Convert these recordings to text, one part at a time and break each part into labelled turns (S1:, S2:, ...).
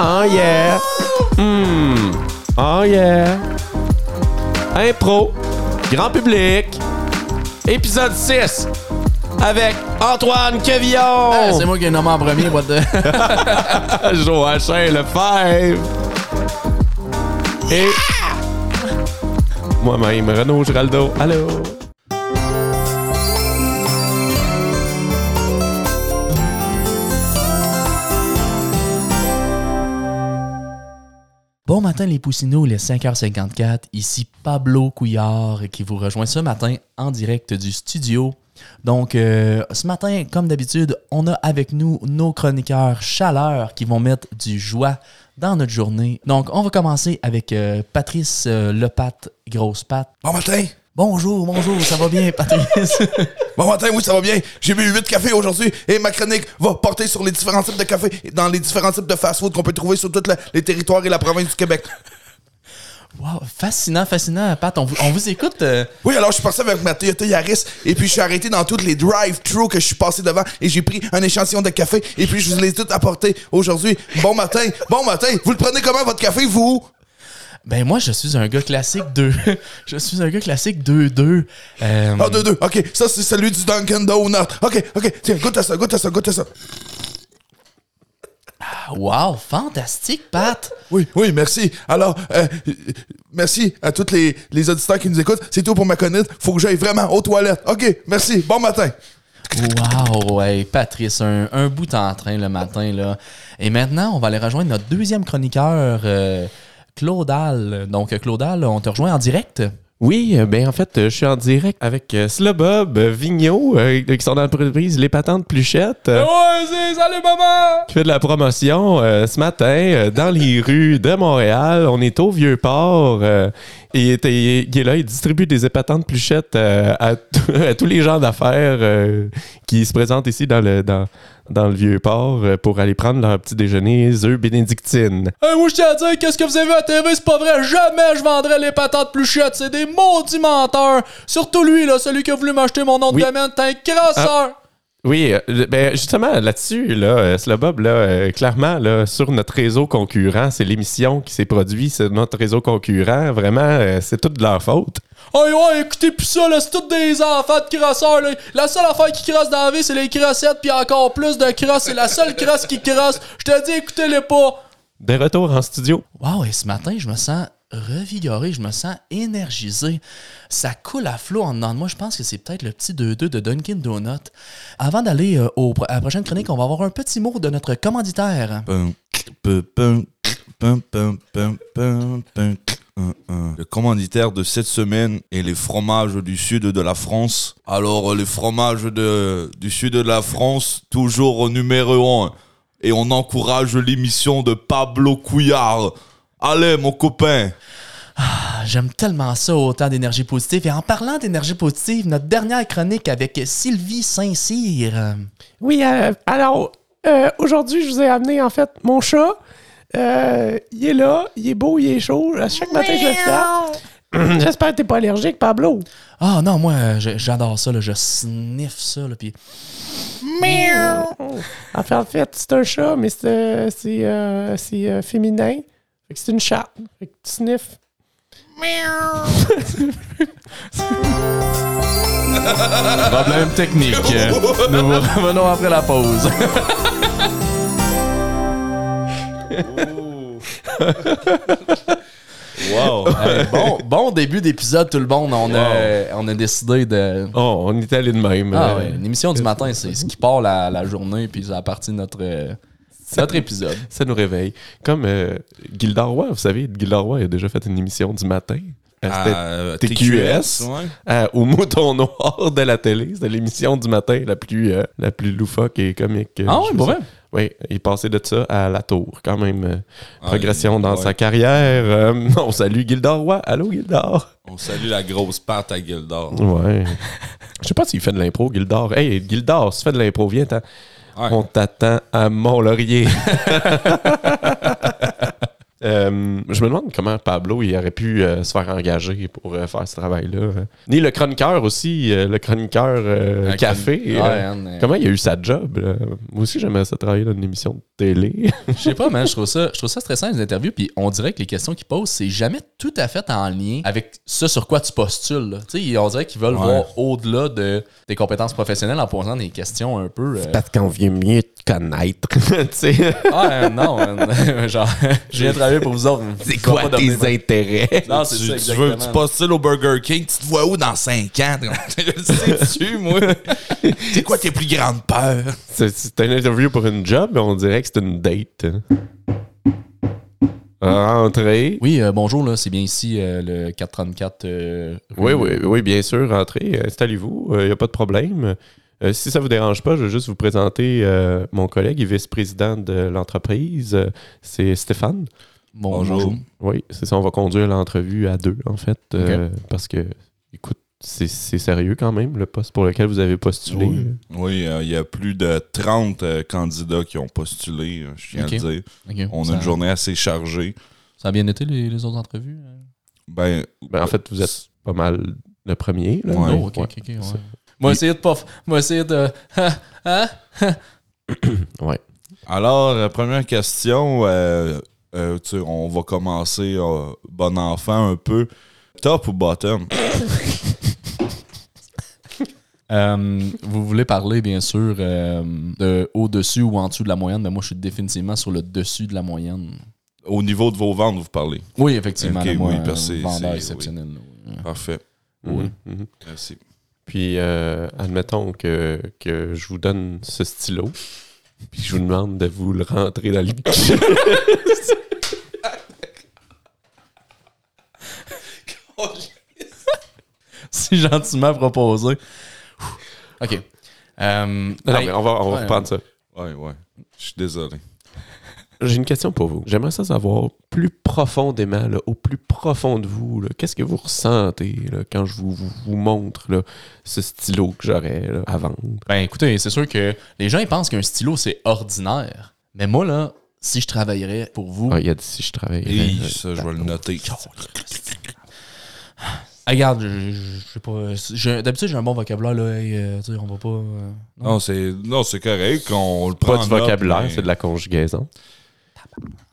S1: Oh, yeah. Hmm. Oh yeah. Impro. Grand public. Épisode 6. Avec Antoine Quevillon.
S2: Ah, c'est moi qui ai nommé en premier, what the...
S1: Joachim Lefebvre. Et moi-même, Renaud Giraldo. Allô?
S2: Bon matin les Poussinots, il est 5h54. Ici Pablo Couillard qui vous rejoint ce matin en direct du studio. Donc, euh, ce matin, comme d'habitude, on a avec nous nos chroniqueurs chaleur qui vont mettre du joie dans notre journée. Donc, on va commencer avec euh, Patrice euh, Lepatte, grosse patte.
S3: Bon matin!
S2: Bonjour, bonjour, ça va bien, Patrice?
S3: Bon matin, oui, ça va bien. J'ai bu 8 cafés aujourd'hui et ma chronique va porter sur les différents types de cafés et dans les différents types de fast-food qu'on peut trouver sur tous les territoires et la province du Québec.
S2: wow, fascinant, fascinant, Pat. On vous, on vous écoute. euh,
S3: Oui, alors je suis parti avec ma Toyota Yaris et puis je suis arrêté dans toutes les drive-thru que je suis passé devant et j'ai pris un échantillon de café et puis je vous les ai toutes apportées aujourd'hui. Bon matin, bon matin. Vous le prenez comment votre café, vous?
S2: Ben moi, je suis un gars classique 2. je suis un gars classique 2-2. Euh,
S3: Ah, deux, deux. OK, ça, c'est celui du Dunkin' Donut. OK, OK, tiens, goûte à ça, goûte à ça, goûte à ça.
S2: wow, fantastique, Pat.
S3: Oui, oui, merci. Alors, euh, euh, merci à tous les, les auditeurs qui nous écoutent. C'est tout pour ma chronique. Faut que j'aille vraiment aux toilettes. OK, merci. Bon matin.
S2: Wow, ouais, Patrice, un, un bout en train le matin, là. Et maintenant, on va aller rejoindre notre deuxième chroniqueur, euh, Claudal. Donc, Claudal, on te rejoint en direct.
S1: Oui, euh, ben en fait, euh, je suis en direct avec euh, Slobob, euh, Vigneault, euh, qui sont dans l'entreprise Les Patentes Pluchettes, euh,
S2: salut, maman!
S1: qui fait de la promotion euh, ce matin euh, dans les rues de Montréal. On est au Vieux-Port. euh, et il, est- il est là, il distribue des épatantes pluchettes euh, à, t- à tous les gens d'affaires euh, qui se présentent ici dans le, dans, dans le Vieux-Port euh, pour aller prendre leur petit déjeuner, œufs bénédictines.
S2: Hey, moi, je tiens à dire, qu'est-ce que vous avez vu à TV, c'est pas vrai. Jamais je vendrais les patates pluchettes. C'est des maudits menteurs. Surtout lui, là, celui qui a voulu m'acheter mon nom
S1: Oui.
S2: de domaine. T'es un crasseur!
S1: Oui, euh, ben justement là-dessus, là, euh, Slobob, là, euh, clairement, là, sur notre réseau concurrent, c'est l'émission qui s'est produite, c'est notre réseau concurrent. Vraiment, euh, c'est toute de leur faute.
S2: Hey, ouais, écoutez plus ça, là, c'est tous des enfants de crasseurs, là. La seule affaire qui crasse dans la vie, c'est les crossettes, puis encore plus de crosses. C'est la seule crosse qui crosse. Je te dis, écoutez-les pas.
S1: De retour en studio.
S2: Wow, et ce matin, je me sens revigoré, je me sens énergisé. Ça coule à flot en dedans de moi. Je pense que c'est peut-être le petit 2-2 de Dunkin' Donut. Avant d'aller euh, au pro- à la prochaine chronique, on va avoir un petit mot de notre commanditaire.
S3: Le commanditaire de cette semaine est les fromages du sud de la France. Alors, euh, les fromages de, du sud de la France, toujours au numéro 1. Et on encourage l'émission de Pablo Couillard. Allez, mon copain.
S2: Ah, J'aime tellement ça, autant d'énergie positive. Et en parlant d'énergie positive, notre dernière chronique avec Sylvie Saint-Cyr.
S4: Oui, euh, alors, euh, aujourd'hui, je vous ai amené, en fait, mon chat. Euh, il est là, il est beau, il est chaud. À chaque matin, je le fais. J'espère que t'es pas allergique, Pablo.
S2: Ah non, moi, euh, je- j'adore ça, là, je sniffe ça, là, puis...
S4: En fait, en fait, c'est un chat, mais c'est euh, c'est, euh, c'est, euh, féminin. Fait que c'est une chatte. Fait que tu sniffes.
S2: Problème technique. Nous vous revenons après la pause. Oh.
S3: Wow.
S2: Hey, bon, bon début d'épisode, tout le monde. On, a, on a décidé de.
S1: Oh, on est allé de même.
S2: Ah
S1: Euh,
S2: ouais, une émission du matin, c'est ce qui part la, la journée, puis ça a parti de notre, euh, notre épisode.
S1: Ça nous réveille. Comme euh, Gildor Roy, vous savez, Gildor Roy a déjà fait une émission du matin. Euh, C'était TQS. à- au mouton noir de la télé. C'était l'émission du matin la plus, euh, la plus loufoque et comique. euh,
S2: Ah
S1: je
S2: ouais,
S1: me
S2: pour
S1: sens-
S2: vrai?
S1: Oui, il passait de ça à la tour, quand même. euh,
S3: Ah,
S1: progression
S3: il-
S1: dans
S3: ouais.
S1: sa carrière. Euh, on salue Gildor Roy. Allô, Gildor?
S3: On salue la grosse patte à Gildor.
S1: Ouais. Je sais pas s'il fait de l'impro, Gildor. Hey, Gildor, si tu fais de l'impro, viens, t'en-
S3: Ouais.
S1: on t'attend à Mont-Laurier. Euh, je me demande comment Pablo il aurait pu euh, se faire engager pour euh, faire ce travail-là. euh. Ni le chroniqueur aussi, euh, le chroniqueur euh,
S3: Un hein,
S1: café.
S2: Ouais,
S1: euh,
S2: man, euh,
S1: Comment il a eu sa job? là? Moi aussi, j'aimerais ça travailler dans une émission de télé.
S2: Je sais pas, man, je trouve ça, je trouve ça stressant les interviews, puis on dirait que les questions qu'ils posent, c'est jamais tout à fait en lien avec ce sur quoi tu postules. là. Tu sais, on dirait qu'ils veulent
S3: Ouais.
S2: voir au-delà de tes compétences professionnelles en posant des questions un peu. euh,
S1: Parce qu'on vient mieux te connaître. Tu sais,
S2: Ah euh, non, man. genre, je viens travailler pour vous autres.
S1: c'est
S2: Je
S1: quoi
S2: vais pas
S1: tes
S2: dormir.
S1: intérêts?
S2: Non, c'est
S3: Tu,
S2: ça,
S3: tu veux, tu
S2: exactement.
S3: postules au Burger King, tu te vois où dans 5 ans? Je Sais-tu, moi? C'est quoi tes plus grandes peurs?
S1: C'est- C'est une interview pour une job, mais on dirait que c'est une date. hein. Rentrez.
S2: Oui, euh, bonjour, là, c'est bien ici euh, le 434. euh,
S1: Oui, oui, oui, bien sûr, rentrez, installez-vous, il n'y a pas de problème. Euh, si ça vous dérange pas, je vais juste vous présenter euh, mon collègue et vice-président de l'entreprise, Euh, c'est Stéphane.
S2: bon-
S3: Bonjour.
S1: Oui, c'est ça, on va conduire l'entrevue à deux, en fait, euh, parce que, écoute, c'est c'est sérieux quand même, le poste pour lequel vous avez postulé.
S3: Oui, Oui, euh, il y a plus de 30 euh, candidats qui ont postulé, euh, je tiens
S2: Ok.
S3: à le dire.
S2: Ok.
S3: On
S2: ça,
S3: a une journée assez chargée.
S2: ça a bien été les, les autres entrevues? hein?
S3: Ben,
S1: Ben, en fait, vous êtes pas mal le premier. Là,
S3: Ouais.
S1: non?
S2: Oh, ok,
S1: Ouais.
S2: ok, ok, ouais.
S1: ça.
S2: Moi, essayer de pas. f- Moi, essayer de. Hein?
S3: alors, euh, première question, euh, euh, tu sais, on va commencer euh, bon enfant un peu. Top ou bottom?
S2: Euh, vous voulez parler, bien sûr, euh, de au-dessus ou en dessous de la moyenne, mais moi, je suis définitivement sur le dessus de la moyenne.
S3: Au niveau de vos ventes, vous parlez.
S2: Oui, effectivement.
S3: Ok,
S2: là, moi,
S3: oui,
S2: un
S3: parce que c'est-
S2: vendeur
S3: c'est-
S2: exceptionnel. là, oui.
S3: Parfait.
S1: Mhm, mhm.
S3: Merci.
S1: Puis, euh, admettons que, que je vous donne ce stylo, puis je vous demande de vous le rentrer dans le
S2: si gentiment proposé. OK. Euh,
S1: Non, non,
S2: hey,
S1: mais on va, on va
S2: Ouais.
S1: reprendre ça.
S3: Ouais, ouais. Je suis désolé.
S1: J'ai une question pour vous. J'aimerais ça savoir plus profondément, là, au plus profond de vous, là, qu'est-ce que vous ressentez là, quand je vous, vous, vous montre là, ce stylo que j'aurais là, à vendre?
S2: Ben écoutez, c'est sûr que les gens ils pensent qu'un stylo c'est ordinaire. Mais moi là, si je travaillerais pour vous,
S1: Ah, il a dit si je travaille. Euh,
S3: Et ça, je vais le noter.
S2: Ah, regarde, je, je- je sais pas, je- d'habitude j'ai un bon vocabulaire là, et, euh, tu sais, on va pas. euh, non.
S3: Non, c'est non, c'est correct. On le prend.
S1: Pas du
S3: en note,
S1: vocabulaire,
S3: mais-
S1: c'est de la conjugaison.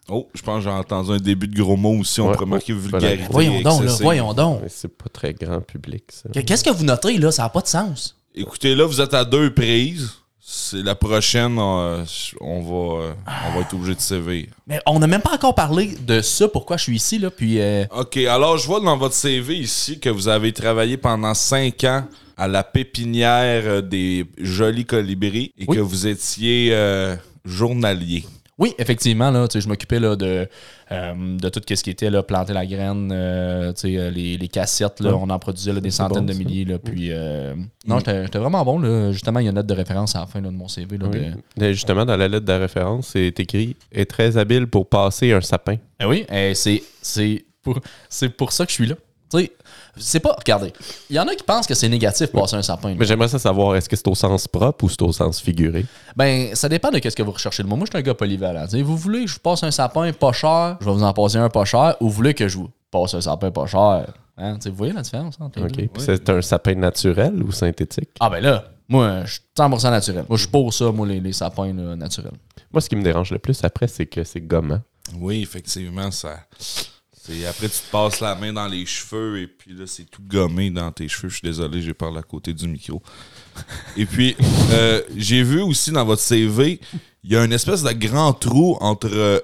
S3: Oh, je pense que j'ai entendu un début de gros mot aussi. On
S1: Ouais,
S3: peut remarquer
S1: oh,
S3: vulgarité.
S1: voilà.
S2: Voyons donc là,
S3: excessive.
S2: voyons donc.
S1: Mais c'est pas très grand public, ça.
S2: Que- Qu'est-ce que vous notez là, ça n'a pas de sens.
S3: Écoutez, là, vous êtes à deux prises. C'est la prochaine, euh, on va, euh, on va être obligé de sévir.
S2: Mais on n'a même pas encore parlé de ça, pourquoi je suis ici là, puis euh,
S3: OK, alors je vois dans votre CV ici que vous avez travaillé pendant cinq ans à la pépinière euh, des jolis colibris et
S2: Oui.
S3: que vous étiez euh, journalier.
S2: Oui, effectivement, là, tu sais, je m'occupais là, de, euh, de tout ce qui était là, planter la graine, euh, tu sais, euh, les, les cassettes, là,
S1: Ouais.
S2: on en produisait là, des
S1: C'est
S2: centaines
S1: bon,
S2: de
S1: ça.
S2: milliers. Là, puis, euh, Non, j'étais j'étais vraiment bon. Là. Justement, il y a une note de référence à la fin là, de mon CV. Là,
S1: Oui.
S2: de-
S1: Mais Justement, dans la lettre de référence, c'est écrit est très habile pour passer un sapin.
S2: Eh oui, eh, c'est c'est pour, c'est pour ça que je suis là. Tu sais, C'est pas. Regardez, il y en a qui pensent que c'est négatif passer un sapin. là.
S1: Mais j'aimerais ça savoir est-ce que c'est au sens propre ou c'est au sens figuré
S2: Ben, ça dépend de ce que vous recherchez de moi. Moi, je suis un gars polyvalent. Tu sais, vous voulez que je vous passe un sapin pas cher, je vais vous en passer un pas cher, ou vous voulez que je vous passe un sapin pas cher? Hein? Tu sais, Vous voyez la différence entre les
S1: Ok.
S2: deux?
S1: Puis C'est un sapin naturel ou synthétique
S2: Ah ben là, moi, je suis 100% naturel. Moi, je suis pour ça, moi, les, les sapins là, naturels.
S1: Moi, ce qui me dérange le plus après, c'est que c'est gommant.
S3: Oui, effectivement, ça. C'est après tu te passes la main dans les cheveux et puis là c'est tout gommé dans tes cheveux. Je suis désolé, j'ai parlé à côté du micro. Et puis euh, j'ai vu aussi dans votre CV, il y a une espèce de grand trou entre euh,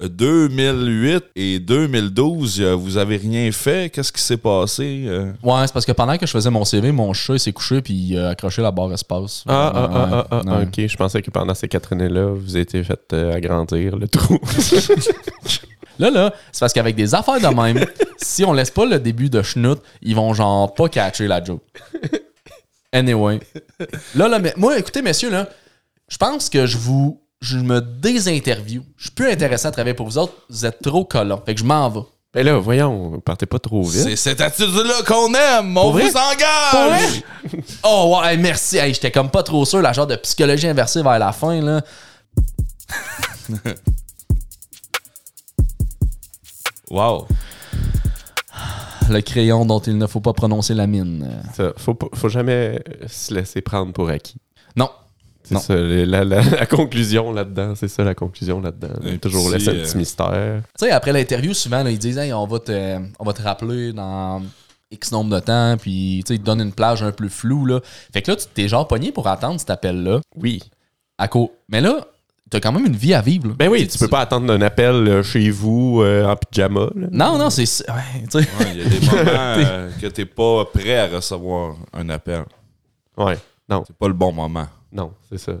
S3: euh, 2008 et 2012. Euh, Vous avez rien fait. Qu'est-ce qui s'est passé euh?
S2: Ouais, c'est parce que pendant que je faisais mon CV, mon chat il s'est couché puis il a accroché la barre espace.
S1: Ah, ah,
S2: Vraiment,
S1: ah, ah,
S2: ouais,
S1: ah,
S2: ouais.
S1: ok. Je pensais que pendant ces quatre années-là, vous étiez fait euh, agrandir le trou.
S2: Là, là, c'est parce qu'avec des affaires de même, si on laisse pas le début de schnout, ils vont genre pas catcher la joke. Anyway. Là, là, mais moi, écoutez, messieurs, là, je pense que je vous. Je me désinterview. Je suis plus intéressant à travailler pour vous autres. Vous êtes trop colons. Fait que je m'en vais.
S1: Mais là, voyons, partez pas trop vite.
S3: C'est cette attitude-là qu'on aime. On
S2: Pour vrai?
S3: vous
S2: Ah
S3: engage.
S2: Oh, ouais, hey, merci. Hey, J'étais comme pas trop sûr, la genre de psychologie inversée vers la fin, là.
S3: Waouh.
S2: Le crayon dont il ne faut pas prononcer la mine. Euh,
S1: Ça, faut, pas- faut jamais euh, se laisser prendre pour acquis.
S2: Non.
S1: C'est
S2: Non.
S1: ça, les- la, la- la conclusion là-dedans. C'est ça, la conclusion là-dedans.
S3: Un
S1: Toujours
S3: petit,
S1: laisser un
S3: euh,
S1: petit mystère.
S2: Tu sais, après l'interview, souvent, là, ils disent Hey, on, va te, on va te rappeler dans X nombre de temps, puis tu sais, ils te donnent une plage un peu floue. Là. Fait que là, tu t'es genre pogné pour attendre cet appel-là.
S1: Oui.
S2: À co- Mais là, t'as quand même une vie à vivre. là.
S1: Ben oui,
S2: sais,
S1: tu peux pas attendre un appel euh, chez vous euh, en pyjama. là.
S2: Non, non, c'est. c'est- ouais, tu sais.
S3: Ouais, Il y a des moments euh, que t'es pas prêt à recevoir un appel.
S1: Ouais. Non,
S3: C'est pas le bon moment.
S1: non, c'est ça.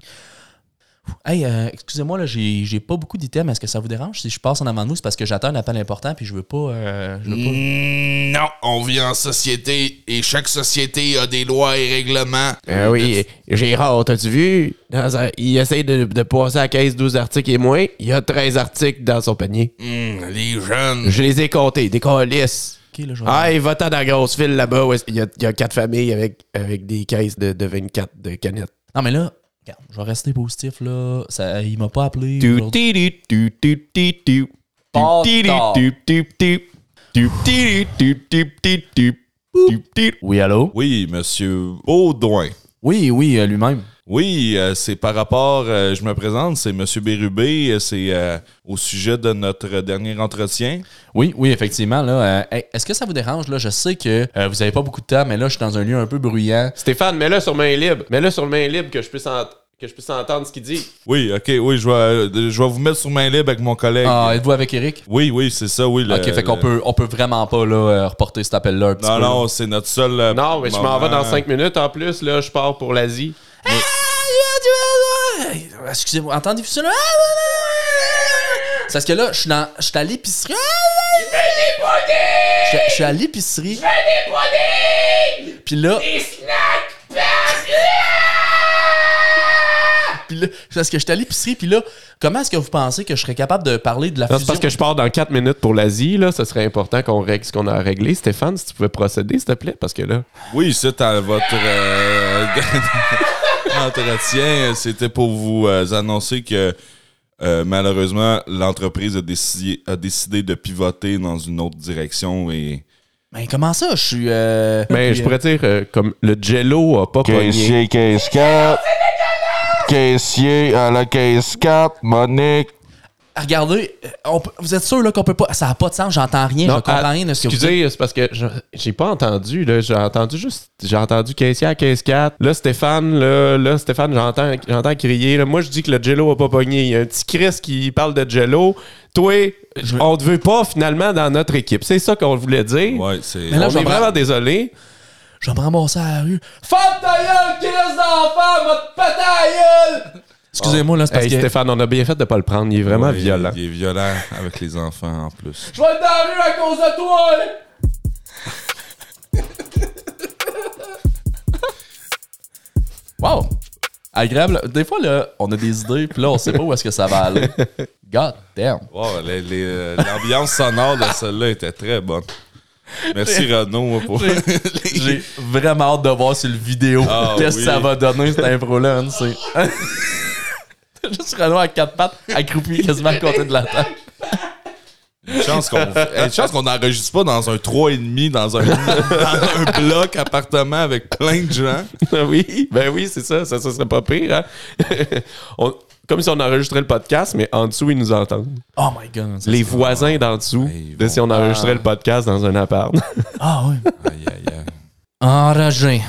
S2: Hey, euh, excusez-moi, là, j'ai j'ai pas beaucoup d'items. Est-ce que ça vous dérange si je passe en avant de vous? C'est parce que j'attends un appel important, puis je veux pas. euh, je veux pas-
S3: Mm, Non, on vit en société et chaque société a des lois et règlements.
S4: Ben oui, Gérard, t'as-tu vu? Dans un- il essaie de, de passer à 15-12 articles et moins. Il y a 13 articles dans son panier.
S1: Hmm,
S3: Mm, les jeunes.
S4: Je les ai comptés, des colis.
S2: Ok, là, je vais-
S4: Ah, et va-t'en dans la grosse file là-bas. où est-ce- Il y, a- il y a quatre familles avec, avec des caisses de, de 24 de canettes.
S2: Non, mais là, regarde, je vais rester positif, là. Ça, il m'a pas appelé.
S1: Tu ti
S2: aujourd'hui.
S1: di tu tu ti tu.
S2: Pas
S1: Tu ti di
S2: tard.
S1: tu tu tu. Tu ti di tu tu ti tu. Tu ti di-
S2: Oui, allô?
S3: Oui, monsieur Baudouin.
S2: Oui, oui, euh, lui-même.
S3: Oui, euh, c'est par rapport, euh, je me présente, c'est monsieur Bérubé, euh, c'est euh, au sujet de notre dernier entretien.
S2: Oui, oui, effectivement. Là, euh, hey, est-ce que ça vous dérange? Là, je sais que euh, vous avez pas beaucoup de temps, mais là, je suis dans un lieu un peu bruyant.
S1: Stéphane, mets-le sur main libre. Mets-le sur main libre que je puisse en- que je puisse entendre ce qu'il dit.
S3: Oui, ok, oui, je vais, euh, je vais vous mettre sur main libre avec mon collègue.
S2: Ah, êtes-vous avec Eric?
S3: Oui, oui, c'est ça, oui. le-
S2: ok, fait qu'on
S3: Euh, le-
S2: peut, on peut vraiment pas là, euh, reporter cet appel-là un petit
S3: Non,
S2: peu, là.
S3: non, c'est notre seul. euh,
S1: Non, mais je m'en vais
S3: moment.
S1: dans 5 minutes. En plus, là, je pars pour l'Asie.
S2: Ah, Excusez-moi, entendez-vous ça là? Ah, C'est parce que là, je suis dans- je suis à l'épicerie. Ah, Je je suis à l'épicerie. Puis là. Puis là, c'est parce que j'étais à l'épicerie, puis là, comment est-ce que vous pensez que je serais capable de parler de la
S1: Non,
S2: fusion?
S1: c'est parce que je pars dans 4 minutes pour l'Asie, là. Ce serait important qu'on règle ce qu'on a réglé. Stéphane, si tu pouvais procéder, s'il te plaît, parce que là.
S3: Oui, c'est à votre euh, entretien. C'était pour vous euh, annoncer que euh, malheureusement, l'entreprise a décidé, a décidé de pivoter dans une autre direction et.
S2: Mais Ben, comment ça? Je suis. euh,
S1: Mais
S2: puis,
S1: je
S2: euh,
S1: pourrais dire, euh, comme le jello a pas pogné.
S5: Caissier, caisse 4. Caissier à la caisse 4. Monique.
S2: Regardez, euh, on peut- vous êtes sûr là, qu'on peut pas. Ça n'a pas de sens, j'entends rien, je comprends
S1: ah,
S2: rien de ce que vous dites.
S1: excusez, c'est parce que je- j'ai pas entendu, là. J'ai entendu juste. J'ai entendu caissier à 15-4. Là, Stéphane, là, là Stéphane, j'entends j'entends crier. là. Moi, je dis que le jello a pas pogné. Il y a un petit Chris qui parle de jello. Toi, on te veut pas finalement dans notre équipe. C'est ça qu'on voulait dire.
S3: Ouais, c'est.
S2: Mais là,
S1: on
S2: je
S1: est
S2: vais-
S1: vraiment désolé.
S2: Je vais me ramasser à la rue. Femme ta gueule, Chris d'enfant, m'a te péter la gueule! Excusez-moi, là, c'est parce
S1: Hey,
S2: que.
S1: Stéphane, on a bien fait de pas le prendre. Il est vraiment
S3: Ouais,
S1: violent.
S3: Il est violent avec les enfants en plus.
S2: Je vais être dans la rue à cause de toi! hein. wow! Agréable. Des fois, là, on a des idées, puis là, on sait pas où est-ce que ça va aller. God damn.
S3: Wow, les- les, euh, l'ambiance sonore de celle-là était très bonne. Merci Renaud pour.
S2: J'ai vraiment hâte de voir sur le vidéo
S3: Ah,
S2: qu'est-ce que
S3: oui.
S2: ça va donner, cette impro-là. Hein, c'est... Juste Renaud à quatre pattes, accroupi quasiment à côté de la table.
S3: Une chance qu'on hey, une chance qu'on n'enregistre pas dans un 3,5, dans un, dans un bloc appartement avec plein de gens.
S1: oui, ben oui, c'est ça, ça, ça serait pas pire. hein? On- comme si on enregistrait le podcast, mais en dessous, ils nous entendent.
S2: Oh my god. ça,
S1: Les
S2: c'est-
S1: voisins d'en dessous,
S3: ils
S1: de si on enregistrait le podcast dans un appart.
S2: Ah oui.
S3: Aïe, aïe, aïe.
S2: Enragé.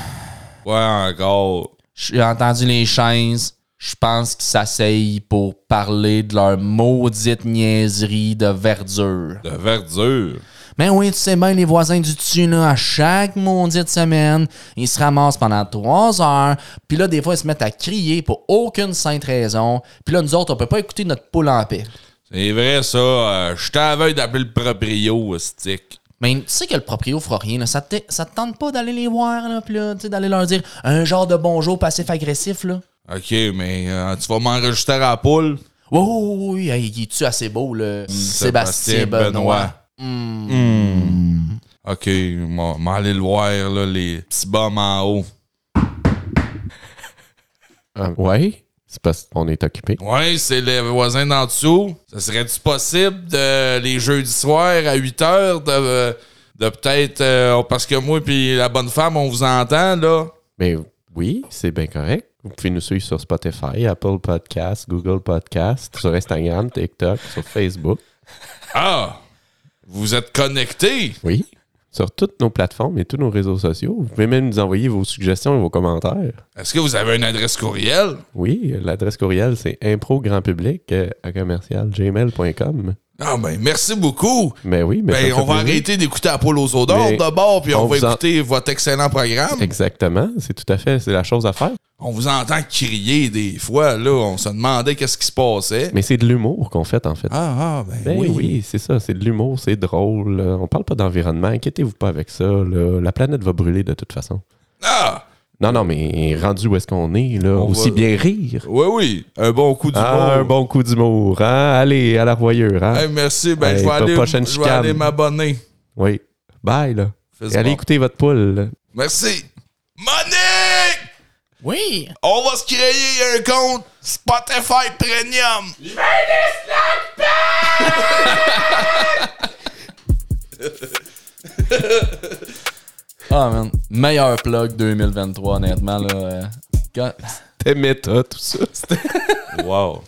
S3: Ouais, encore.
S2: J'ai entendu les chaises. Je pense qu'ils s'asseyent pour parler de leur maudite niaiserie de verdure.
S3: De verdure.
S2: Mais oui, tu sais bien, les voisins du dessus, là, à chaque maudite semaine, ils se ramassent pendant trois heures. Puis là, des fois, ils se mettent à crier pour aucune sainte raison. Puis là, nous autres, on peut pas écouter notre poule en paix.
S3: C'est vrai, ça. euh, je t'avais d'appeler le proprio, stick.
S2: Mais tu sais que le proprio fera rien. Là. Ça, te, ça te tente pas d'aller les voir, là, puis là, tu sais, d'aller leur dire un genre de bonjour passif-agressif, là.
S3: Ok, mais euh, tu vas m'enregistrer à la poule.
S2: Oui, oui, oui, oui, hey, il est-tu assez beau, le Mm, Sébastien Benoît?
S3: Hmm. Ok, m'a- m'en aller le voir, là, les petits bombes en haut.
S1: Euh, ouais? C'est parce qu'on est occupé.
S3: Ouais, c'est les voisins d'en dessous. Ça serait-tu possible de, les jeudis soirs à 8 heures de, euh, de peut-être. euh, parce que moi puis la bonne femme, on vous entend, là.
S1: Mais oui, c'est bien correct. Vous pouvez nous suivre sur Spotify, Apple Podcast, Google Podcast, sur Instagram, TikTok, sur Facebook.
S3: Ah! Vous êtes connectés?
S1: Oui. Sur toutes nos plateformes et tous nos réseaux sociaux. Vous pouvez même nous envoyer vos suggestions et vos commentaires.
S3: Est-ce que vous avez une adresse courriel?
S1: Oui, l'adresse courriel, c'est impro grand public euh, à commercial gmail.com.
S3: Ah, ben, merci beaucoup.
S1: Mais oui, mais. ça me
S3: Ben,
S1: fait
S3: on va
S1: plaisir.
S3: arrêter d'écouter Apollo Zodor
S1: Mais
S3: d'abord, puis on,
S1: on
S3: va
S1: vous en-
S3: écouter votre excellent programme.
S1: Exactement, c'est tout à fait, c'est la chose à faire.
S3: On vous entend crier des fois, là. On se demandait qu'est-ce qui se passait.
S1: Mais c'est de l'humour qu'on fait, en fait.
S3: Ah, ah, ben,
S1: Ben oui,
S3: oui.
S1: c'est ça, c'est de l'humour, c'est drôle. euh, On parle pas d'environnement, inquiétez-vous pas avec ça. là, La planète va brûler de toute façon.
S3: Ah!
S1: Non, non, mais rendu où est-ce qu'on est, là,
S3: On
S1: aussi
S3: va-
S1: bien rire.
S3: Oui, oui. Un bon coup du
S1: Ah,
S3: monde.
S1: un bon coup d'humour, hein? Allez, à la royeure, hein?
S3: Hey, merci. Ben,
S1: Hey,
S3: je vais
S1: pas-
S3: aller,
S1: prochaine
S3: je vais aller
S1: chicane.
S3: m'abonner.
S1: Oui. Bye, là.
S3: Fais
S1: Et allez
S3: bon.
S1: écouter votre poule. là.
S3: Merci. Monique!
S2: Oui!
S3: On va se créer un compte Spotify Premium.
S2: Ah, man. Meilleur plug 2023, honnêtement, là. euh, quand-
S1: T'aimais ça, tout ça.
S3: Wow.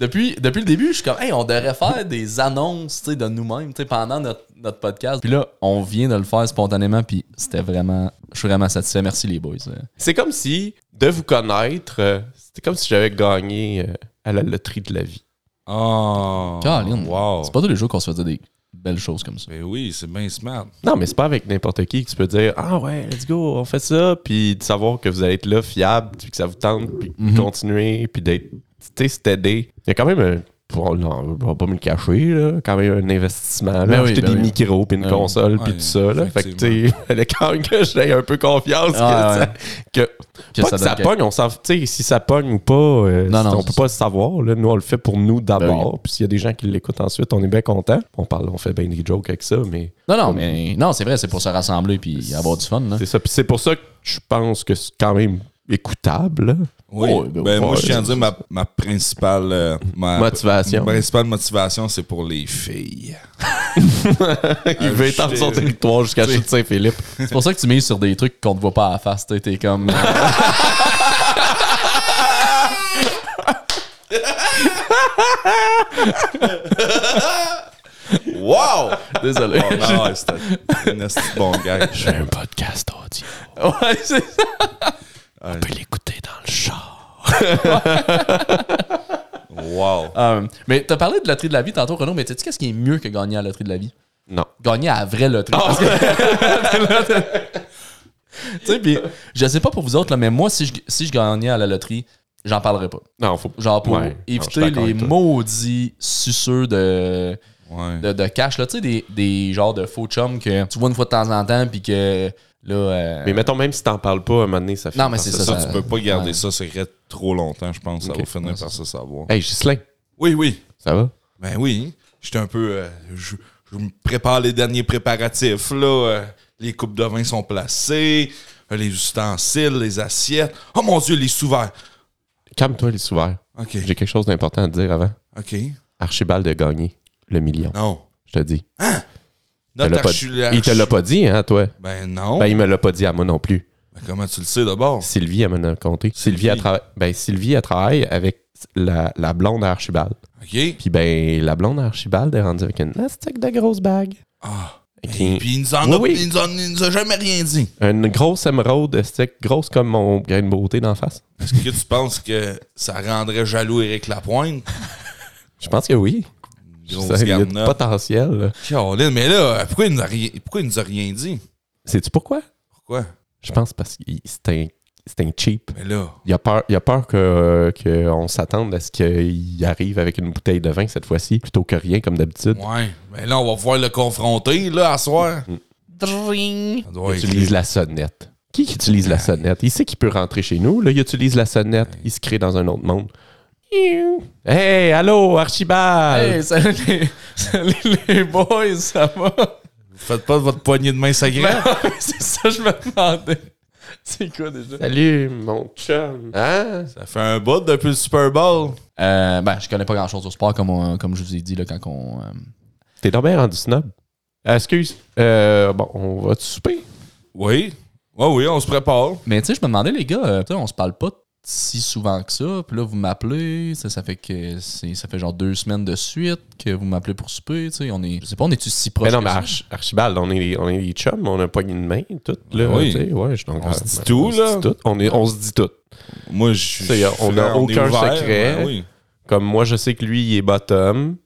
S2: Depuis, depuis le début, je suis comme, hey, on devrait faire des annonces tu sais, de nous-mêmes tu sais, pendant notre, notre podcast. Puis là, on vient de le faire spontanément, puis c'était vraiment. Je suis vraiment satisfait. Merci, les boys. euh.
S1: C'est comme si, de vous connaître, euh, c'était comme si j'avais gagné euh, à la loterie de la vie.
S3: Oh.
S2: Caroline,
S3: Wow.
S2: c'est pas tous les jours qu'on se fait dire des belles choses comme ça.
S3: Ben oui, c'est bien smart.
S1: Non, mais c'est pas avec n'importe qui que tu peux dire Ah ouais, let's go, on fait ça. Puis de savoir que vous allez être là, fiable, puis que ça vous tente, puis de
S2: Mhm.
S1: continuer, puis d'être. Tu sais, c'est aider. Il y a quand même un. Bon, non, on va pas me le cacher, là. Quand même un investissement. Là,
S2: Ben oui,
S1: acheter
S2: ben
S1: des
S2: oui.
S1: micros, puis une
S2: Ben oui.
S1: console, puis
S3: Ouais,
S1: tout ça, là. Fait que, tu sais,
S3: effectivement.
S1: fallait quand même que j'aie un peu confiance
S2: Ah,
S1: que, ça,
S2: ouais.
S1: que,
S2: Que
S1: pas
S2: ça
S1: que ça
S2: donne quelque-
S1: pogne, on s'en- tu sais, si ça pogne ou pas, euh,
S2: Non, non,
S1: on
S2: c'est
S1: peut pas le savoir. là. Nous, on le fait pour nous d'abord.
S2: Ben
S1: Puis s'il y a des gens qui l'écoutent ensuite, on est bien content. On parle, on fait bien des jokes avec ça, mais
S2: Non, non, mais non, c'est vrai, c'est pour se rassembler puis avoir du fun. Là.
S1: c'est ça. Puis c'est pour ça que je pense que c'est quand même écoutable. là.
S3: Oui.
S1: Ouais,
S3: ben,
S1: ben,
S3: moi,
S1: ouais,
S3: je tiens à
S1: c'est
S3: dire ma, ma principale euh, ma,
S1: Motivation.
S3: ma principale motivation, c'est pour les filles.
S1: Il veut étendre son territoire jusqu'à Chute Saint-Philippe.
S2: C'est pour ça que tu mises sur des trucs qu'on te voit pas à la face. tu sais, T'es comme.
S3: Wow!
S2: Désolé.
S3: Oh, non, c'était un esti de bon gars.
S1: Un podcast audio.
S2: ouais, c'est ça.
S1: On peut l'écouter dans le char.
S3: Wow.
S2: Euh, mais t'as parlé de loterie de la vie tantôt, Renaud, mais sais-tu qu'est-ce qui est mieux que gagner à la loterie de la vie?
S1: Non.
S2: gagner à la vraie loterie.
S1: Ah.
S2: Parce que- tu sais, puis je sais pas pour vous autres, là, mais moi, si je, si je gagnais à la loterie, j'en parlerais pas.
S1: Non, faut
S2: Genre pour
S1: Ouais. Non, je suis
S2: éviter
S1: d'accord
S2: les
S1: avec toi.
S2: maudits suceurs de,
S3: Ouais.
S2: de, de cash, là, tu sais, des, des genres de faux chums que tu vois une fois de temps en temps, puis que là. euh,
S1: Mais mettons, même si t'en parles pas, à un moment donné, ça fait.
S2: Non, mais c'est
S3: Ça,
S2: ça,
S3: tu peux pas garder
S2: ouais.
S3: ça secret trop longtemps, je pense. Ça
S1: Ok.
S3: va finir par se savoir.
S1: Hey, Ghislain,
S3: Oui, oui.
S1: ça va?
S3: Ben oui. J'étais un peu. euh, je, je me prépare les derniers préparatifs, là. euh, les coupes de vin sont placées, euh, les ustensiles, les assiettes. Oh mon Dieu, les sous-verts.
S1: Calme-toi, les souverains.
S3: OK.
S1: J'ai quelque chose d'important à te dire avant.
S3: OK.
S1: Archibald de gagner le million,
S3: Non.
S1: je te dis.
S3: Notre
S1: Il te l'a pas-
S3: archi-
S1: Il te l'a pas dit, hein, toi?
S3: Ben non.
S1: Ben, il me l'a pas dit à moi non plus.
S3: Ben, comment tu le sais d'abord?
S1: Sylvie, elle m'en a compté. Sylvie, elle travaille, ben, Sylvie, elle travaille avec la, la blonde à Archibald.
S3: OK.
S1: Puis, ben, la blonde à Archibald est rendue avec une astique de grosse bague.
S3: Ah.
S1: Avec
S3: Et
S1: une-
S3: puis il nous, en
S1: Oui,
S3: a,
S1: oui.
S3: il nous en- il nous a jamais rien dit.
S1: Une grosse émeraude, astique, grosse comme mon grain de beauté d'en face.
S3: Est-ce que tu penses que ça rendrait jaloux Éric Lapointe?
S1: Je pense que oui.
S3: Grosse
S1: Ça, il y a du
S3: garnotte.
S1: potentiel. là.
S3: Caroline, mais là, pourquoi il nous a rien, pourquoi il nous a rien dit?
S1: Sais-tu pourquoi?
S3: Pourquoi?
S1: Je pense parce que c'est un, c'est un cheap.
S3: Mais là,
S1: Il a peur, il a peur que- qu'on s'attende à ce qu'il arrive avec une bouteille de vin cette fois-ci, plutôt que rien comme d'habitude.
S3: ouais, mais là, on va pouvoir le confronter, là, à soir. Ça doit
S1: Il
S3: être-
S1: utilise la sonnette. Qui qui utilise
S3: Ah.
S1: la sonnette? Il sait qu'il peut rentrer chez nous. Là, il utilise la sonnette. Il se crée dans un autre monde. Hey, allô, Archibald!
S2: Hey, salut les, salut les boys, ça va?
S3: Faites pas de votre poignée de main sacrée.
S2: c'est ça, je me demandais. C'est quoi déjà?
S1: Salut, mon chum. Hein?
S3: Ça fait un bout depuis le Super Bowl.
S2: Euh, ben, je connais pas grand chose au sport, comme, on- comme je vous ai dit, là, quand on. euh,
S1: T'es donc bien rendu snob. Excuse. Euh, bon, on va te souper.
S3: Oui. Ouais, oui, on se prépare.
S2: Mais tu sais, je me demandais, les gars, euh, putain, on se parle pas si souvent que ça. Puis là, vous m'appelez. Ça, ça fait que c'est- ça fait genre deux semaines de suite que vous m'appelez pour souper. Tu sais, on est. Je sais pas, on est-tu si proche?
S1: Mais Ben non,
S2: que
S1: mais
S2: ça?
S1: Arch- Archibald, on est, on est des chums, on a pas une main, tout. Là,
S3: Ah oui.
S1: tu sais, ouais, je- donc,
S3: On
S1: euh,
S3: se dit tout,
S1: on se
S3: là.
S1: dit tout. On, est, on se dit tout.
S3: Moi, je
S1: Ça y est,
S3: je-
S1: on a
S3: est
S1: aucun
S3: ouvert,
S1: secret.
S3: ben oui.
S1: Comme moi, je sais que lui, il est bottom.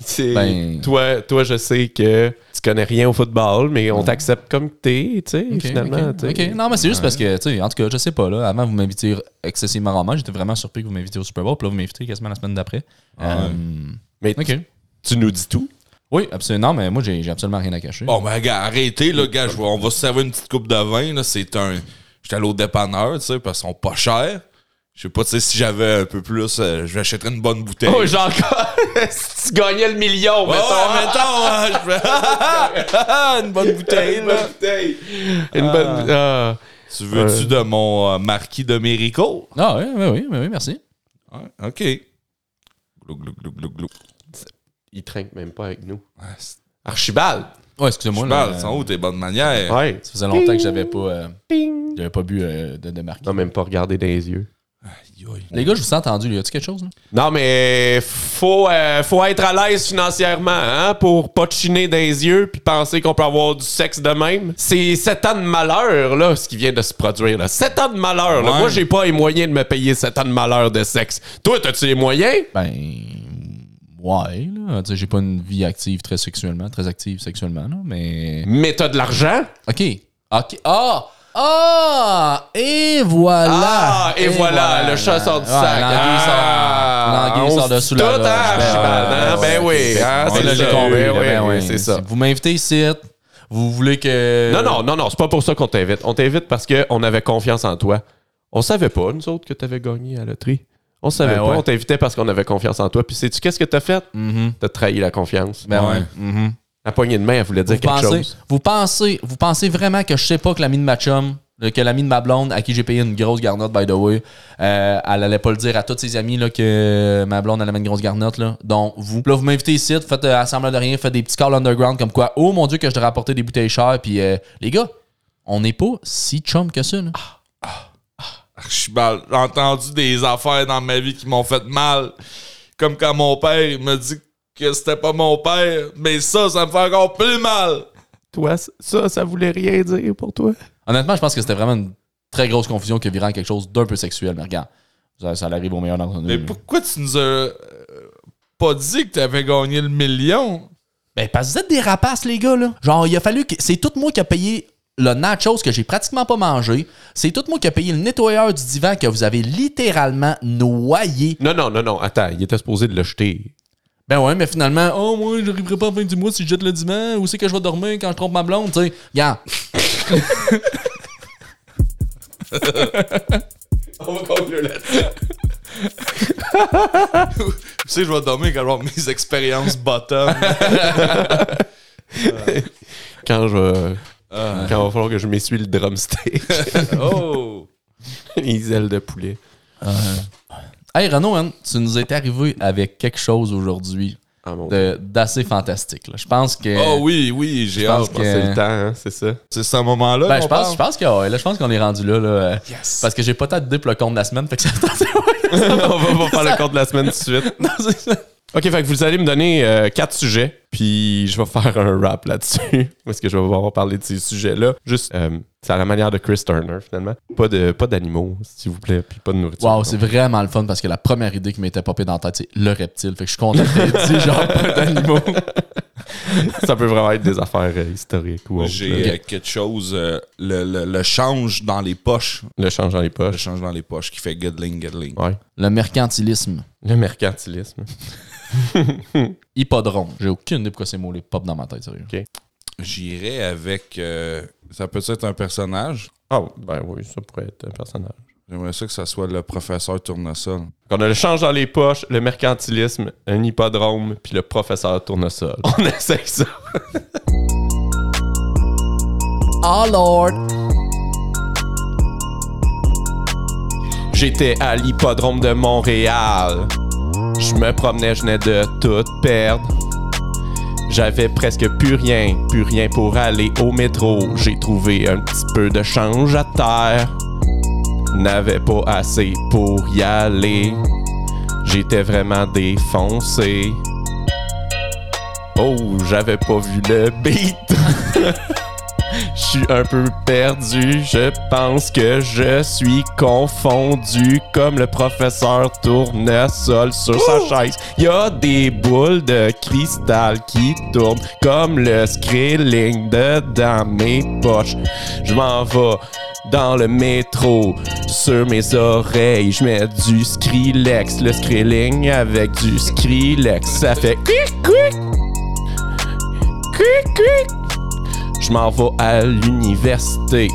S1: C'est-
S2: Ben-
S1: toi, toi, je sais que tu connais rien au football, mais on t'accepte comme t'es, tu sais,
S2: Ok,
S1: finalement.
S2: ok,
S1: tu sais.
S2: ok. Non, mais c'est juste parce que, tu sais, en tout cas, je sais pas, là, avant, vous m'invitiez excessivement rarement. J'étais vraiment surpris que vous m'invitiez au Super Bowl. Puis là, vous m'invitez quasiment la semaine d'après.
S3: Ah ouais.
S2: Euh,
S1: Mais tu-
S2: OK.
S1: tu nous dis tout.
S2: Oui, absolument. Non, mais moi, j'ai j'ai absolument rien à cacher.
S3: Bon, ben, gars, arrêtez, là, gars. je vais- on va se servir une petite coupe de vin. Là. C'est un. J'étais allé au dépanneur, tu sais, parce qu'ils sont pas chers. Je sais pas, tu sais, si j'avais un peu plus, euh, je m'achèterais une bonne bouteille.
S1: Oh, genre, si tu gagnais le million, hein.
S3: Ouais, ouais, mettons, ouais, je fais- une bonne bouteille, là.
S1: Une bonne. ah.
S3: Tu veux-tu
S1: Ouais.
S3: de mon euh, marquis de Mérico?
S2: Ah, oui, oui, oui, oui, oui, merci.
S3: Ouais, OK. Glou, glou, glou, glou, glou.
S1: Il trinque même pas avec nous.
S3: Ouais, Ah, c'est-
S1: Archibald!
S2: Ouais, excusez-moi.
S3: je
S2: là,
S3: parle,
S2: euh,
S3: Ah, ils sont où tes bonnes manières?
S1: Ouais.
S2: Ça faisait longtemps que j'avais pas, euh,
S1: Ping!
S2: j'avais pas bu euh, de, de marque.
S1: Non, même pas regarder dans les yeux.
S3: Aïe, aïe.
S2: Les gars, je vous ai entendu. Y a-tu quelque chose? là?
S1: Non, mais faut, euh, faut être à l'aise financièrement, hein, pour pas te chiner dans les yeux puis penser qu'on peut avoir du sexe de même. C'est sept ans de malheur, là, ce qui vient de se produire, là. Sept ans de malheur, là.
S3: Ouais.
S1: Moi, j'ai pas les moyens de me payer sept ans de malheur de sexe. Toi, t'as-tu les moyens?
S2: Ben. Ouais, là. Tu sais, j'ai pas une vie active très sexuellement, très active sexuellement, là, mais.
S1: Mais t'as de l'argent?
S2: OK. OK. Ah! Ah! Et voilà!
S1: Ah, et, voilà, le chat sort du
S2: Ouais,
S1: sac.
S2: L'anguille
S1: Ah,
S2: sort, l'anguille
S1: on
S2: sort
S1: se
S2: de
S1: dit
S2: sous la
S1: tout,
S2: loge.
S1: hein, Archibald, hein? Ben oui, hein,
S2: c'est
S1: c'est
S2: là,
S1: ça.
S2: j'ai compris.
S1: Ben oui,
S2: Ben
S1: oui,
S2: oui.
S1: c'est ça.
S2: Vous m'invitez ici. Vous voulez que.
S1: Non, non, non, non, c'est pas pour ça qu'on t'invite. On t'invite parce qu'on avait confiance en toi. On savait pas, nous autres, que t'avais gagné à la loterie. On savait
S2: Ben
S1: pas,
S2: ouais.
S1: on t'invitait parce qu'on avait confiance en toi. Puis sais-tu qu'est-ce que t'as fait?
S2: Mhm.
S1: T'as trahi la confiance.
S2: Ben
S3: Ouais.
S2: ouais. Mhm.
S1: La poignée de main, elle voulait dire
S2: Vous
S1: quelque
S2: pensez,
S1: chose.
S2: vous pensez, vous pensez vraiment que je sais pas que l'ami de ma chum, euh, que l'ami de ma blonde, à qui j'ai payé une grosse garnotte, by the way, euh, elle allait pas le dire à tous ses amis là, que ma blonde elle avait une grosse garnotte, là, dont vous. Là, vous m'invitez ici, faites euh, assemblage de rien, faites des petits calls underground comme quoi, oh mon dieu, que je dois rapporter des bouteilles chères, puis euh, les gars, on n'est pas si chum que ça. là.
S3: Archibald, j'ai entendu des affaires dans ma vie qui m'ont fait mal. Comme quand mon père il me dit que c'était pas mon père, mais ça, ça me fait encore plus mal.
S1: Toi, ça, ça voulait rien dire pour toi.
S2: Honnêtement, je pense que c'était vraiment une très grosse confusion qui virait en quelque chose d'un peu sexuel, mais regarde, ça, ça arrive au meilleur d'entre nous.
S3: Mais
S2: là.
S3: pourquoi tu nous as euh, pas dit que t'avais gagné le million?
S2: Ben, parce que vous êtes des rapaces, les gars, là. Genre, il a fallu que. C'est tout moi qui a payé le nachos que j'ai pratiquement pas mangé. C'est tout moi qui a payé le nettoyeur du divan que vous avez littéralement noyé.
S1: Non, non, non, non, attends, il était supposé de le jeter.
S2: Ben ouais, mais finalement, oh, moi, j'arriverai pas à la fin du mois si je jette le divan. Où c'est que je vais dormir quand je trompe ma blonde, tu sais. Regarde.
S3: Tu sais, je vais dormir quand je vais avoir mes expériences bottom.
S1: Quand je. Quand il va falloir que je m'essuie le drumstick,
S3: oh!
S1: les ailes de poulet.
S2: Hey, Renaud, hein, tu nous es arrivé avec quelque chose aujourd'hui
S1: Ah mon dieu.
S2: de- d'assez fantastique, là. Je pense que.
S3: Oh oui, oui, j'ai
S2: pense
S3: hâte.
S2: que-
S1: C'est le temps, hein, c'est ça.
S3: C'est ce moment-là.
S2: Ben,
S3: qu'on
S2: je pense, je
S3: parle?
S2: pense que ouais, là, je pense qu'on est rendu là, là. euh, Parce que j'ai pas tant de dip le compte de la semaine, fait que ça
S1: on va pas faire le compte de la semaine tout de suite.
S2: Non, c'est ça.
S1: OK, fait que vous allez me donner euh, quatre sujets, puis je vais faire un rap là-dessus. Parce que je vais pouvoir parler de ces sujets-là. Juste, euh, c'est à la manière de Chris Turner, finalement. Pas de pas d'animaux, s'il vous plaît, puis pas de nourriture.
S2: Wow, c'est vraiment le fun parce que la première idée qui m'était popée dans la tête, c'est le reptile. Fait que je suis content que t'aies dit genre pas d'animaux.
S1: Ça peut vraiment être des affaires euh, historiques ou autres.
S3: J'ai
S1: là.
S3: euh, quelque chose, euh, le, le- le change dans les poches.
S1: Le change dans les
S3: Le
S1: poches.
S3: change dans les poches qui fait gudling, gudling.
S1: Ouais.
S2: Le mercantilisme.
S1: Le mercantilisme.
S2: Hippodrome. J'ai aucune idée pourquoi ces mots les pop dans ma tête, sérieux.
S3: J'irais avec. euh, ça peut être un personnage.
S1: Ah, ben oui, ça pourrait être un personnage.
S3: J'aimerais ça que ça soit le professeur Tournesol.
S1: Donc, On a le change dans les poches, le mercantilisme, un hippodrome, puis le professeur tournesol. On essaye ça.
S2: Oh Lord!
S1: J'étais à l'hippodrome de Montréal. Je me promenais, je venais de tout perdre. J'avais presque plus rien, plus rien pour aller au métro. J'ai trouvé un petit peu de change à terre. N'avais pas assez pour y aller. J'étais vraiment défoncé. Oh, j'avais pas vu le beat. Je suis un peu perdu, je pense que je suis confondu comme le professeur tournesol sur sa chaise. Il y a des boules de cristal qui tournent comme le Skrilling dedans mes poches. Je m'en vais dans le métro, sur mes oreilles, je mets du Skrillex, le Skrilling avec du Skrillex, ça fait quick quick quick quick je m'en vais à l'université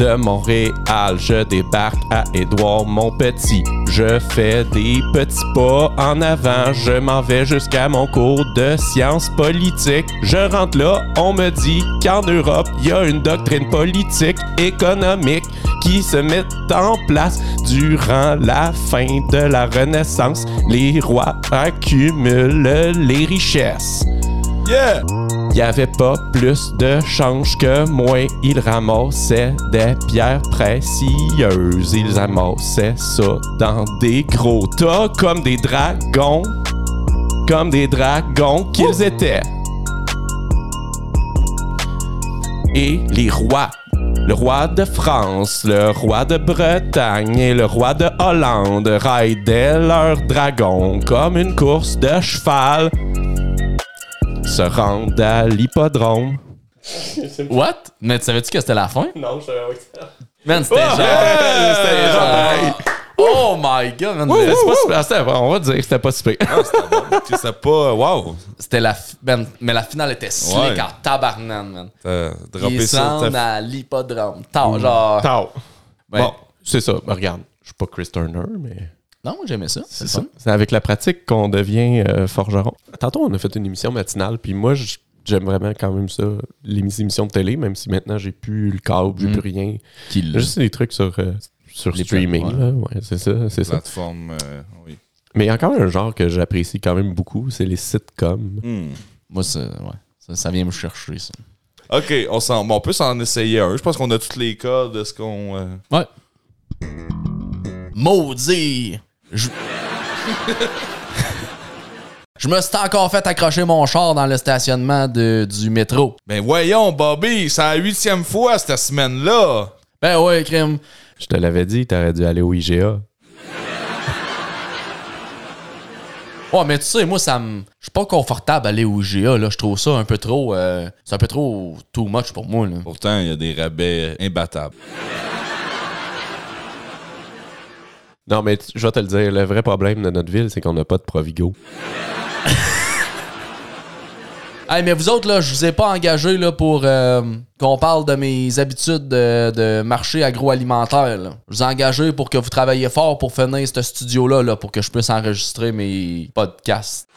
S1: de Montréal. Je débarque à Édouard Montpetit. Je fais des petits pas en avant. Je m'en vais jusqu'à mon cours de sciences politiques. Je rentre là, on me dit qu'en Europe, il y a une doctrine politique, économique qui se met en place durant la fin de la Renaissance. Les rois accumulent les richesses.
S3: Yeah!
S1: Il y avait pas plus de change que moi. Ils ramassaient des pierres précieuses. Ils amassaient ça dans des gros tas comme des dragons. Comme des dragons qu'ils étaient. Et les rois. Le roi de France, le roi de Bretagne et le roi de Hollande raidaient leurs dragons comme une course de cheval se rendent à l'hippodrome.
S2: What? Mais tu savais-tu que c'était la fin?
S1: Non, je
S2: Man, c'était genre.
S1: ouais, c'était
S2: genre-
S1: genre-
S2: Oh my god, man. mais-
S1: C'est pas super. Attends, on va dire que c'était pas super.
S3: Tu sais pas, waouh!
S2: C'était la. fi- man, mais la finale était slick
S3: Ouais.
S2: en tabarnane, man.
S3: T'as droppé
S2: Ils se
S3: Euh, ça.
S2: rendent
S3: t'as-
S2: à l'hippodrome. Tant, genre.
S1: Tao.
S2: Ouais.
S1: Bon, c'est ça. Ben, regarde, je suis pas Chris Turner, mais
S2: Non, moi, j'aimais ça.
S1: c'est
S2: C'est
S1: ça.
S2: ça.
S1: C'est avec la pratique qu'on devient euh, forgeron. Tantôt, on a fait une émission matinale, puis moi, j- j'aime vraiment quand même ça, les émissions de télé, même si maintenant, j'ai plus le câble, j'ai
S2: Mm.
S1: plus rien.
S2: Qu'il-
S1: Juste des trucs sur, euh, sur
S2: Les
S1: streaming,
S2: plateformes.
S1: là. Ouais, c'est ça, c'est ça.
S3: Plateforme, euh, oui.
S1: Mais il y a encore un genre que j'apprécie quand même beaucoup, c'est les sitcoms.
S3: Hmm.
S2: Moi, ça, ouais. Ça, ça vient me chercher, ça.
S3: Ok, on, s'en- bon, on peut s'en essayer un. Je pense qu'on a tous les cas de ce qu'on. euh,
S2: Ouais. Maudit! Je... Je me suis encore fait accrocher mon char dans le stationnement de, du métro.
S3: Ben voyons, Bobby, c'est la huitième fois cette semaine-là.
S2: Ben ouais, crime.
S1: Je te l'avais dit, t'aurais dû aller au IGA.
S2: Ouais, mais tu sais, moi, ça me. Je suis pas confortable aller au GA, là. Je trouve ça un peu trop. euh, C'est un peu trop too much pour moi, là.
S3: Pourtant, il y a des rabais imbattables.
S1: Non, mais tu- je vais te le dire, le vrai problème de notre ville, c'est qu'on n'a pas de Provigo.
S2: Hey, mais vous autres, là, je vous ai pas engagé, là, pour euh, qu'on parle de mes habitudes de, de marché agroalimentaire, là. Je vous ai engagé pour que vous travailliez fort pour finir ce studio-là, là, pour que je puisse enregistrer mes podcasts.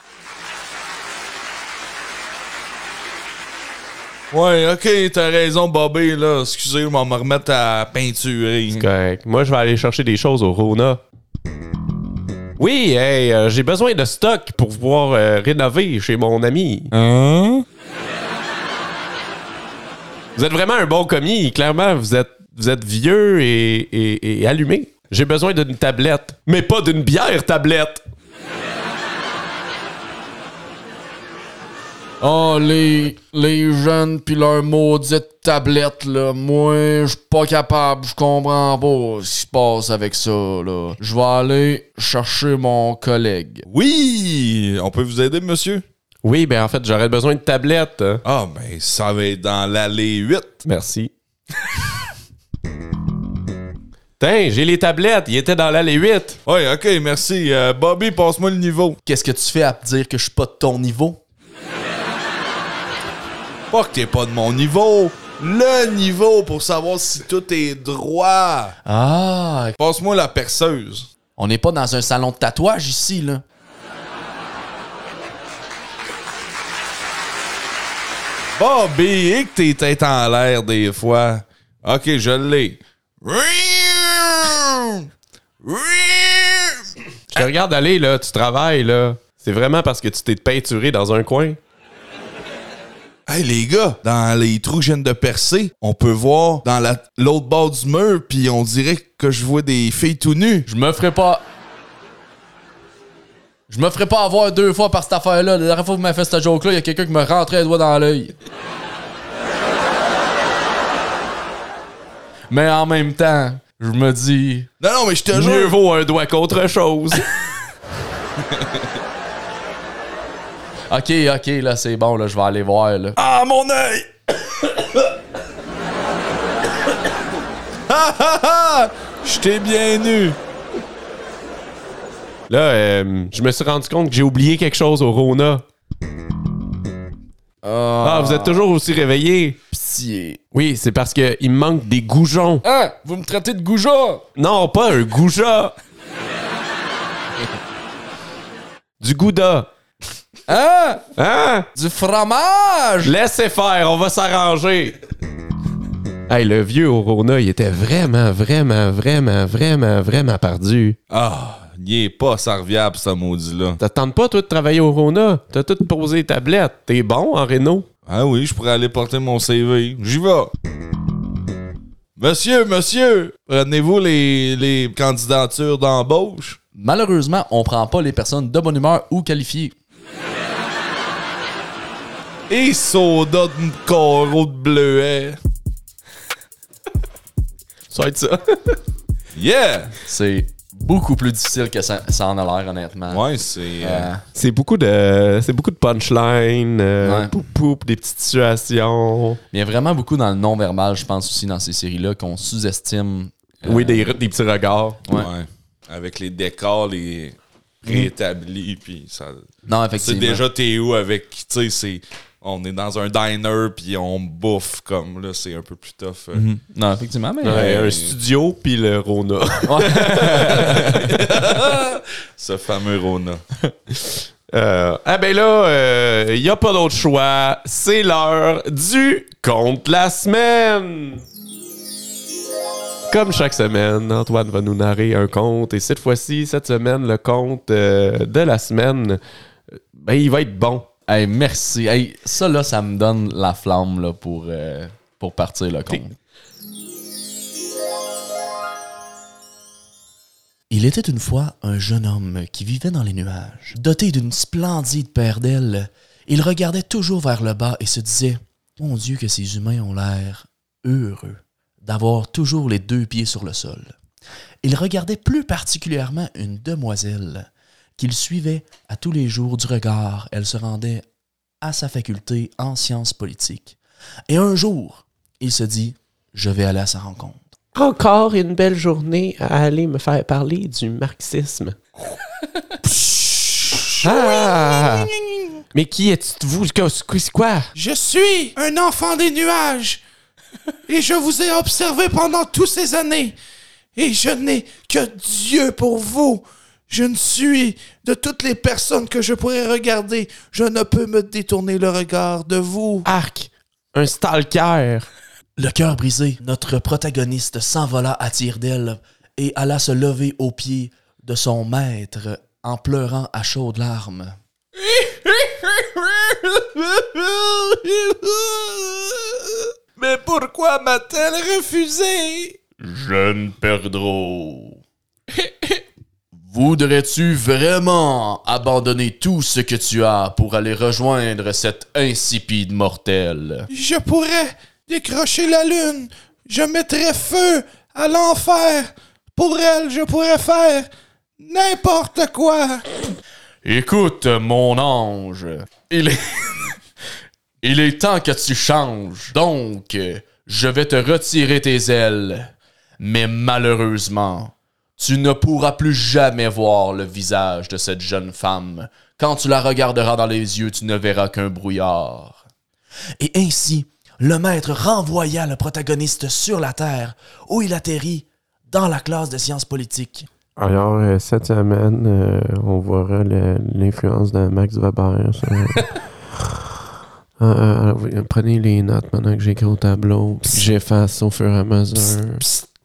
S3: Ouais, ok, t'as raison, Bobby, là. Excusez, moi, on me remettre à peinturer.
S1: Correct. Moi, je vais aller chercher des choses au Rona. Oui, hey, euh, j'ai besoin de stock pour pouvoir euh, rénover chez mon ami. Hein? Vous êtes vraiment un bon commis. Clairement, vous êtes, vous êtes vieux et, et- et allumé. J'ai besoin d'une tablette, mais pas d'une bière tablette.
S2: Oh, les, les jeunes pis leur maudite tablette, là. Moi, je suis pas capable, je comprends pas ce qui se passe avec ça, là. Je vais aller chercher mon collègue.
S3: Oui, on peut vous aider, monsieur?
S1: Oui, ben en fait, j'aurais besoin de tablette. hein.
S3: Ah, ben, ça va être dans l'allée 8.
S1: Merci. Tiens, j'ai les tablettes. Il était dans l'allée 8.
S3: Ouais, ok, merci. Euh, Bobby, passe-moi le niveau.
S2: Qu'est-ce que tu fais à me dire que je suis pas de ton niveau?
S3: Pas que t'es pas de mon niveau. Le niveau pour savoir si tout est droit.
S2: Ah,
S3: Passe-moi la perceuse.
S2: On n'est pas dans un salon de tatouage ici, là.
S3: Bobby, et que tes têtes en l'air des fois. Ok, je l'ai.
S1: Je te regarde aller, là, tu travailles, là. C'est vraiment parce que tu t'es peinturé dans un coin.
S3: Hey les gars, dans les trous que je viens de percer, on peut voir dans la- l'autre bord du mur, puis on dirait que je vois des filles tout nues.
S2: Je me ferai pas. Je me ferai pas avoir deux fois par cette affaire-là. La dernière fois que vous m'avez fait cette joke-là, il y a quelqu'un qui me rentrait le doigt dans l'œil. Mais en même temps, je me dis.
S3: Non, non, mais je te
S1: Mieux
S3: jure.
S1: vaut un doigt qu'autre chose.
S2: Ok, ok, là, c'est bon, là, je vais aller voir, là.
S3: Ah, mon œil! ah, ah, ah! Je t'ai bien nu.
S1: Là, euh, je me suis rendu compte que j'ai oublié quelque chose au Rona. Ah, vous êtes toujours aussi réveillé.
S2: Pitié.
S1: Oui, c'est parce que il me manque des goujons.
S2: Hein? Vous me traitez de goujat?
S1: Non, pas un goujat. du gouda.
S2: Hein?
S1: Hein?
S2: Du fromage?
S1: Laissez faire, on va s'arranger. Hey, le vieux Orona, il était vraiment, vraiment, vraiment, vraiment, vraiment perdu.
S3: Ah, il est pas serviable, ce maudit-là.
S1: Ça te tente pas, toi, de travailler au Rona? T'as tout posé les tablettes. T'es bon hein, en réno?
S3: Ah oui, je pourrais aller porter mon CV. J'y vais. Monsieur, monsieur, prenez-vous les, les candidatures d'embauche?
S2: Malheureusement, on prend pas les personnes de bonne humeur ou qualifiées.
S3: Et soda de carreau de bleuet.
S1: Ça va être ça.
S3: Yeah!
S2: C'est beaucoup plus difficile que ça, ça en a l'air, honnêtement.
S3: Ouais, c'est... euh,
S2: Euh,
S1: C'est beaucoup de, c'est beaucoup de punchline, euh,
S2: Ouais.
S1: poup, poup, des petites situations.
S2: Il y a vraiment beaucoup dans le non-verbal, je pense aussi, dans ces séries-là, qu'on sous-estime. euh,
S1: Oui, des, des petits regards.
S2: ouais.
S3: Avec les décors, les rétablis, puis ça...
S2: Non,
S3: Tu sais,
S2: effectivement.
S3: déjà, t'es où avec... Tu sais, c'est... On est dans un diner, puis on bouffe, comme là, c'est un peu plus tough. euh.
S2: Mhm. Non, effectivement, mais. euh,
S1: Ouais,
S3: Ouais.
S1: un studio puis le Rona.
S3: Ce fameux Rona.
S1: Euh, ah ben là, il n'y a pas d'autre choix. C'est l'heure du compte la semaine. Comme chaque semaine, Antoine va nous narrer un conte. Et cette fois-ci, cette semaine, le conte euh, de la semaine, euh, ben, il va être bon.
S2: Hey, merci. Hey, ça, là, ça me donne la flamme là, pour, euh, pour partir le compte. Il était une fois un jeune homme qui vivait dans les nuages. Doté d'une splendide paire d'ailes, il regardait toujours vers le bas et se disait Mon Dieu, que ces humains ont l'air heureux d'avoir toujours les deux pieds sur le sol. Il regardait plus particulièrement une demoiselle qu'il suivait à tous les jours du regard. Elle se rendait à sa faculté en sciences politiques. Et un jour, il se dit Je vais aller à sa rencontre.
S4: Encore une belle journée à aller me faire parler du marxisme.
S1: Ah! Mais qui êtes vous? C'est quoi?
S6: Je suis un enfant des nuages et je vous ai observé pendant toutes ces années et je n'ai que Dieu pour vous. Je ne suis de toutes les personnes que je pourrais regarder, je ne peux me détourner le regard de vous.
S1: Arc! Un stalker!
S2: Le cœur brisé, notre protagoniste s'envola à tire d'aile et alla se lever aux pieds de son maître en pleurant à chaudes larmes.
S6: Mais pourquoi m'a-t-elle refusé
S2: Jeune perdreau. Voudrais-tu vraiment abandonner tout ce que tu as pour aller rejoindre cet insipide mortel?
S6: Je pourrais décrocher la lune. Je mettrais feu à l'enfer. Pour elle, je pourrais faire n'importe quoi.
S2: Écoute, mon ange, il est... il est temps que tu changes. Donc, je vais te retirer tes ailes. Mais malheureusement, tu ne pourras plus jamais voir le visage de cette jeune femme. Quand tu la regarderas dans les yeux, tu ne verras qu'un brouillard. Et ainsi, le maître renvoya le protagoniste sur la Terre, où il atterrit dans la classe de sciences politiques.
S7: Alors, euh, cette semaine, euh, on verra le- l'influence de Max Weber sur, euh, Ah, ah, ah, oui, prenez les notes maintenant que j'écris au tableau. puis J'efface au fur et à mesure.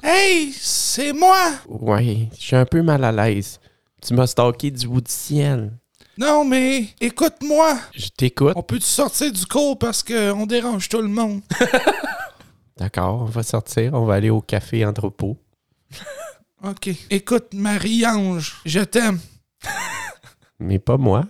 S6: Hey, c'est moi!
S7: Ouais, je suis un peu mal à l'aise. Tu m'as stocké du bout du ciel.
S6: Non, mais écoute-moi.
S7: Je t'écoute.
S6: On peut te sortir du cours parce qu'on dérange tout le monde.
S7: D'accord, on va sortir. On va aller au café entrepôt.
S6: OK. Écoute, Marie-Ange, je t'aime.
S7: Mais pas moi.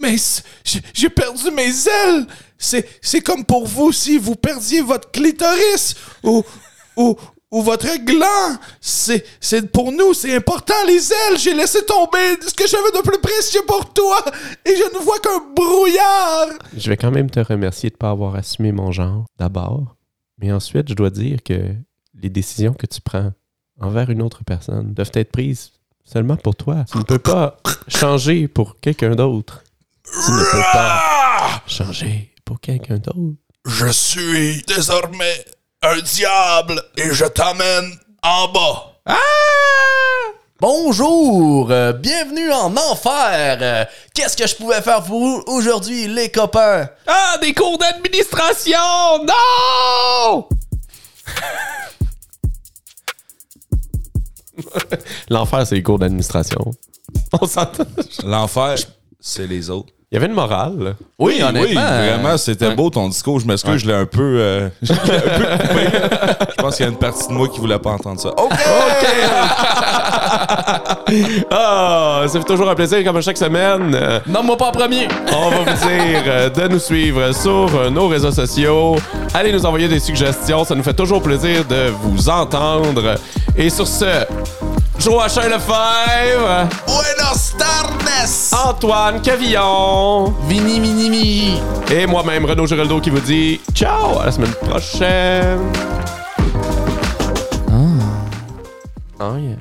S6: Mais c- j'ai- j'ai perdu mes ailes. C'est c'est comme pour vous si vous perdiez votre clitoris ou, ou, ou votre gland. C'est c'est- pour nous, c'est important, les ailes. J'ai laissé tomber ce que j'avais de plus précieux pour toi et je ne vois qu'un brouillard.
S7: Je vais quand même te remercier de ne pas avoir assumé mon genre, d'abord. Mais ensuite, je dois dire que les décisions que tu prends envers une autre personne doivent être prises seulement pour toi. Tu ne peux pas changer pour quelqu'un d'autre. Tu ne peux pas changer pour quelqu'un d'autre.
S3: Je suis désormais un diable et je t'amène en bas.
S2: Bonjour, euh, bienvenue en enfer. Euh, Qu'est-ce que je pouvais faire pour vous aujourd'hui, les copains?
S4: Ah, des cours d'administration! Non!
S1: L'enfer, c'est les cours d'administration. On s'entend.
S3: L'enfer, c'est les autres.
S1: Il y avait une morale. là.
S2: Oui,
S3: Oui,
S2: euh,
S3: vraiment, c'était beau ton discours. Je m'excuse, je l'ai un peu. euh, je l'ai un peu coupé. Je pense qu'il y a une partie de moi qui voulait pas entendre ça. OK!
S1: Ah, ça fait toujours un plaisir, comme à chaque semaine. Euh,
S2: Non, moi pas en premier.
S1: on va vous dire euh, de nous suivre sur euh, nos réseaux sociaux. Allez nous envoyer des suggestions. Ça nous fait toujours plaisir de vous entendre. Et sur ce, Joachim Lefebvre,
S3: Buenos tardes!
S1: Antoine Cavillon
S2: Vini, mini, mi.
S1: et moi-même, Renaud Giraldo, qui vous dit ciao à la semaine prochaine.
S7: Ah, yeah.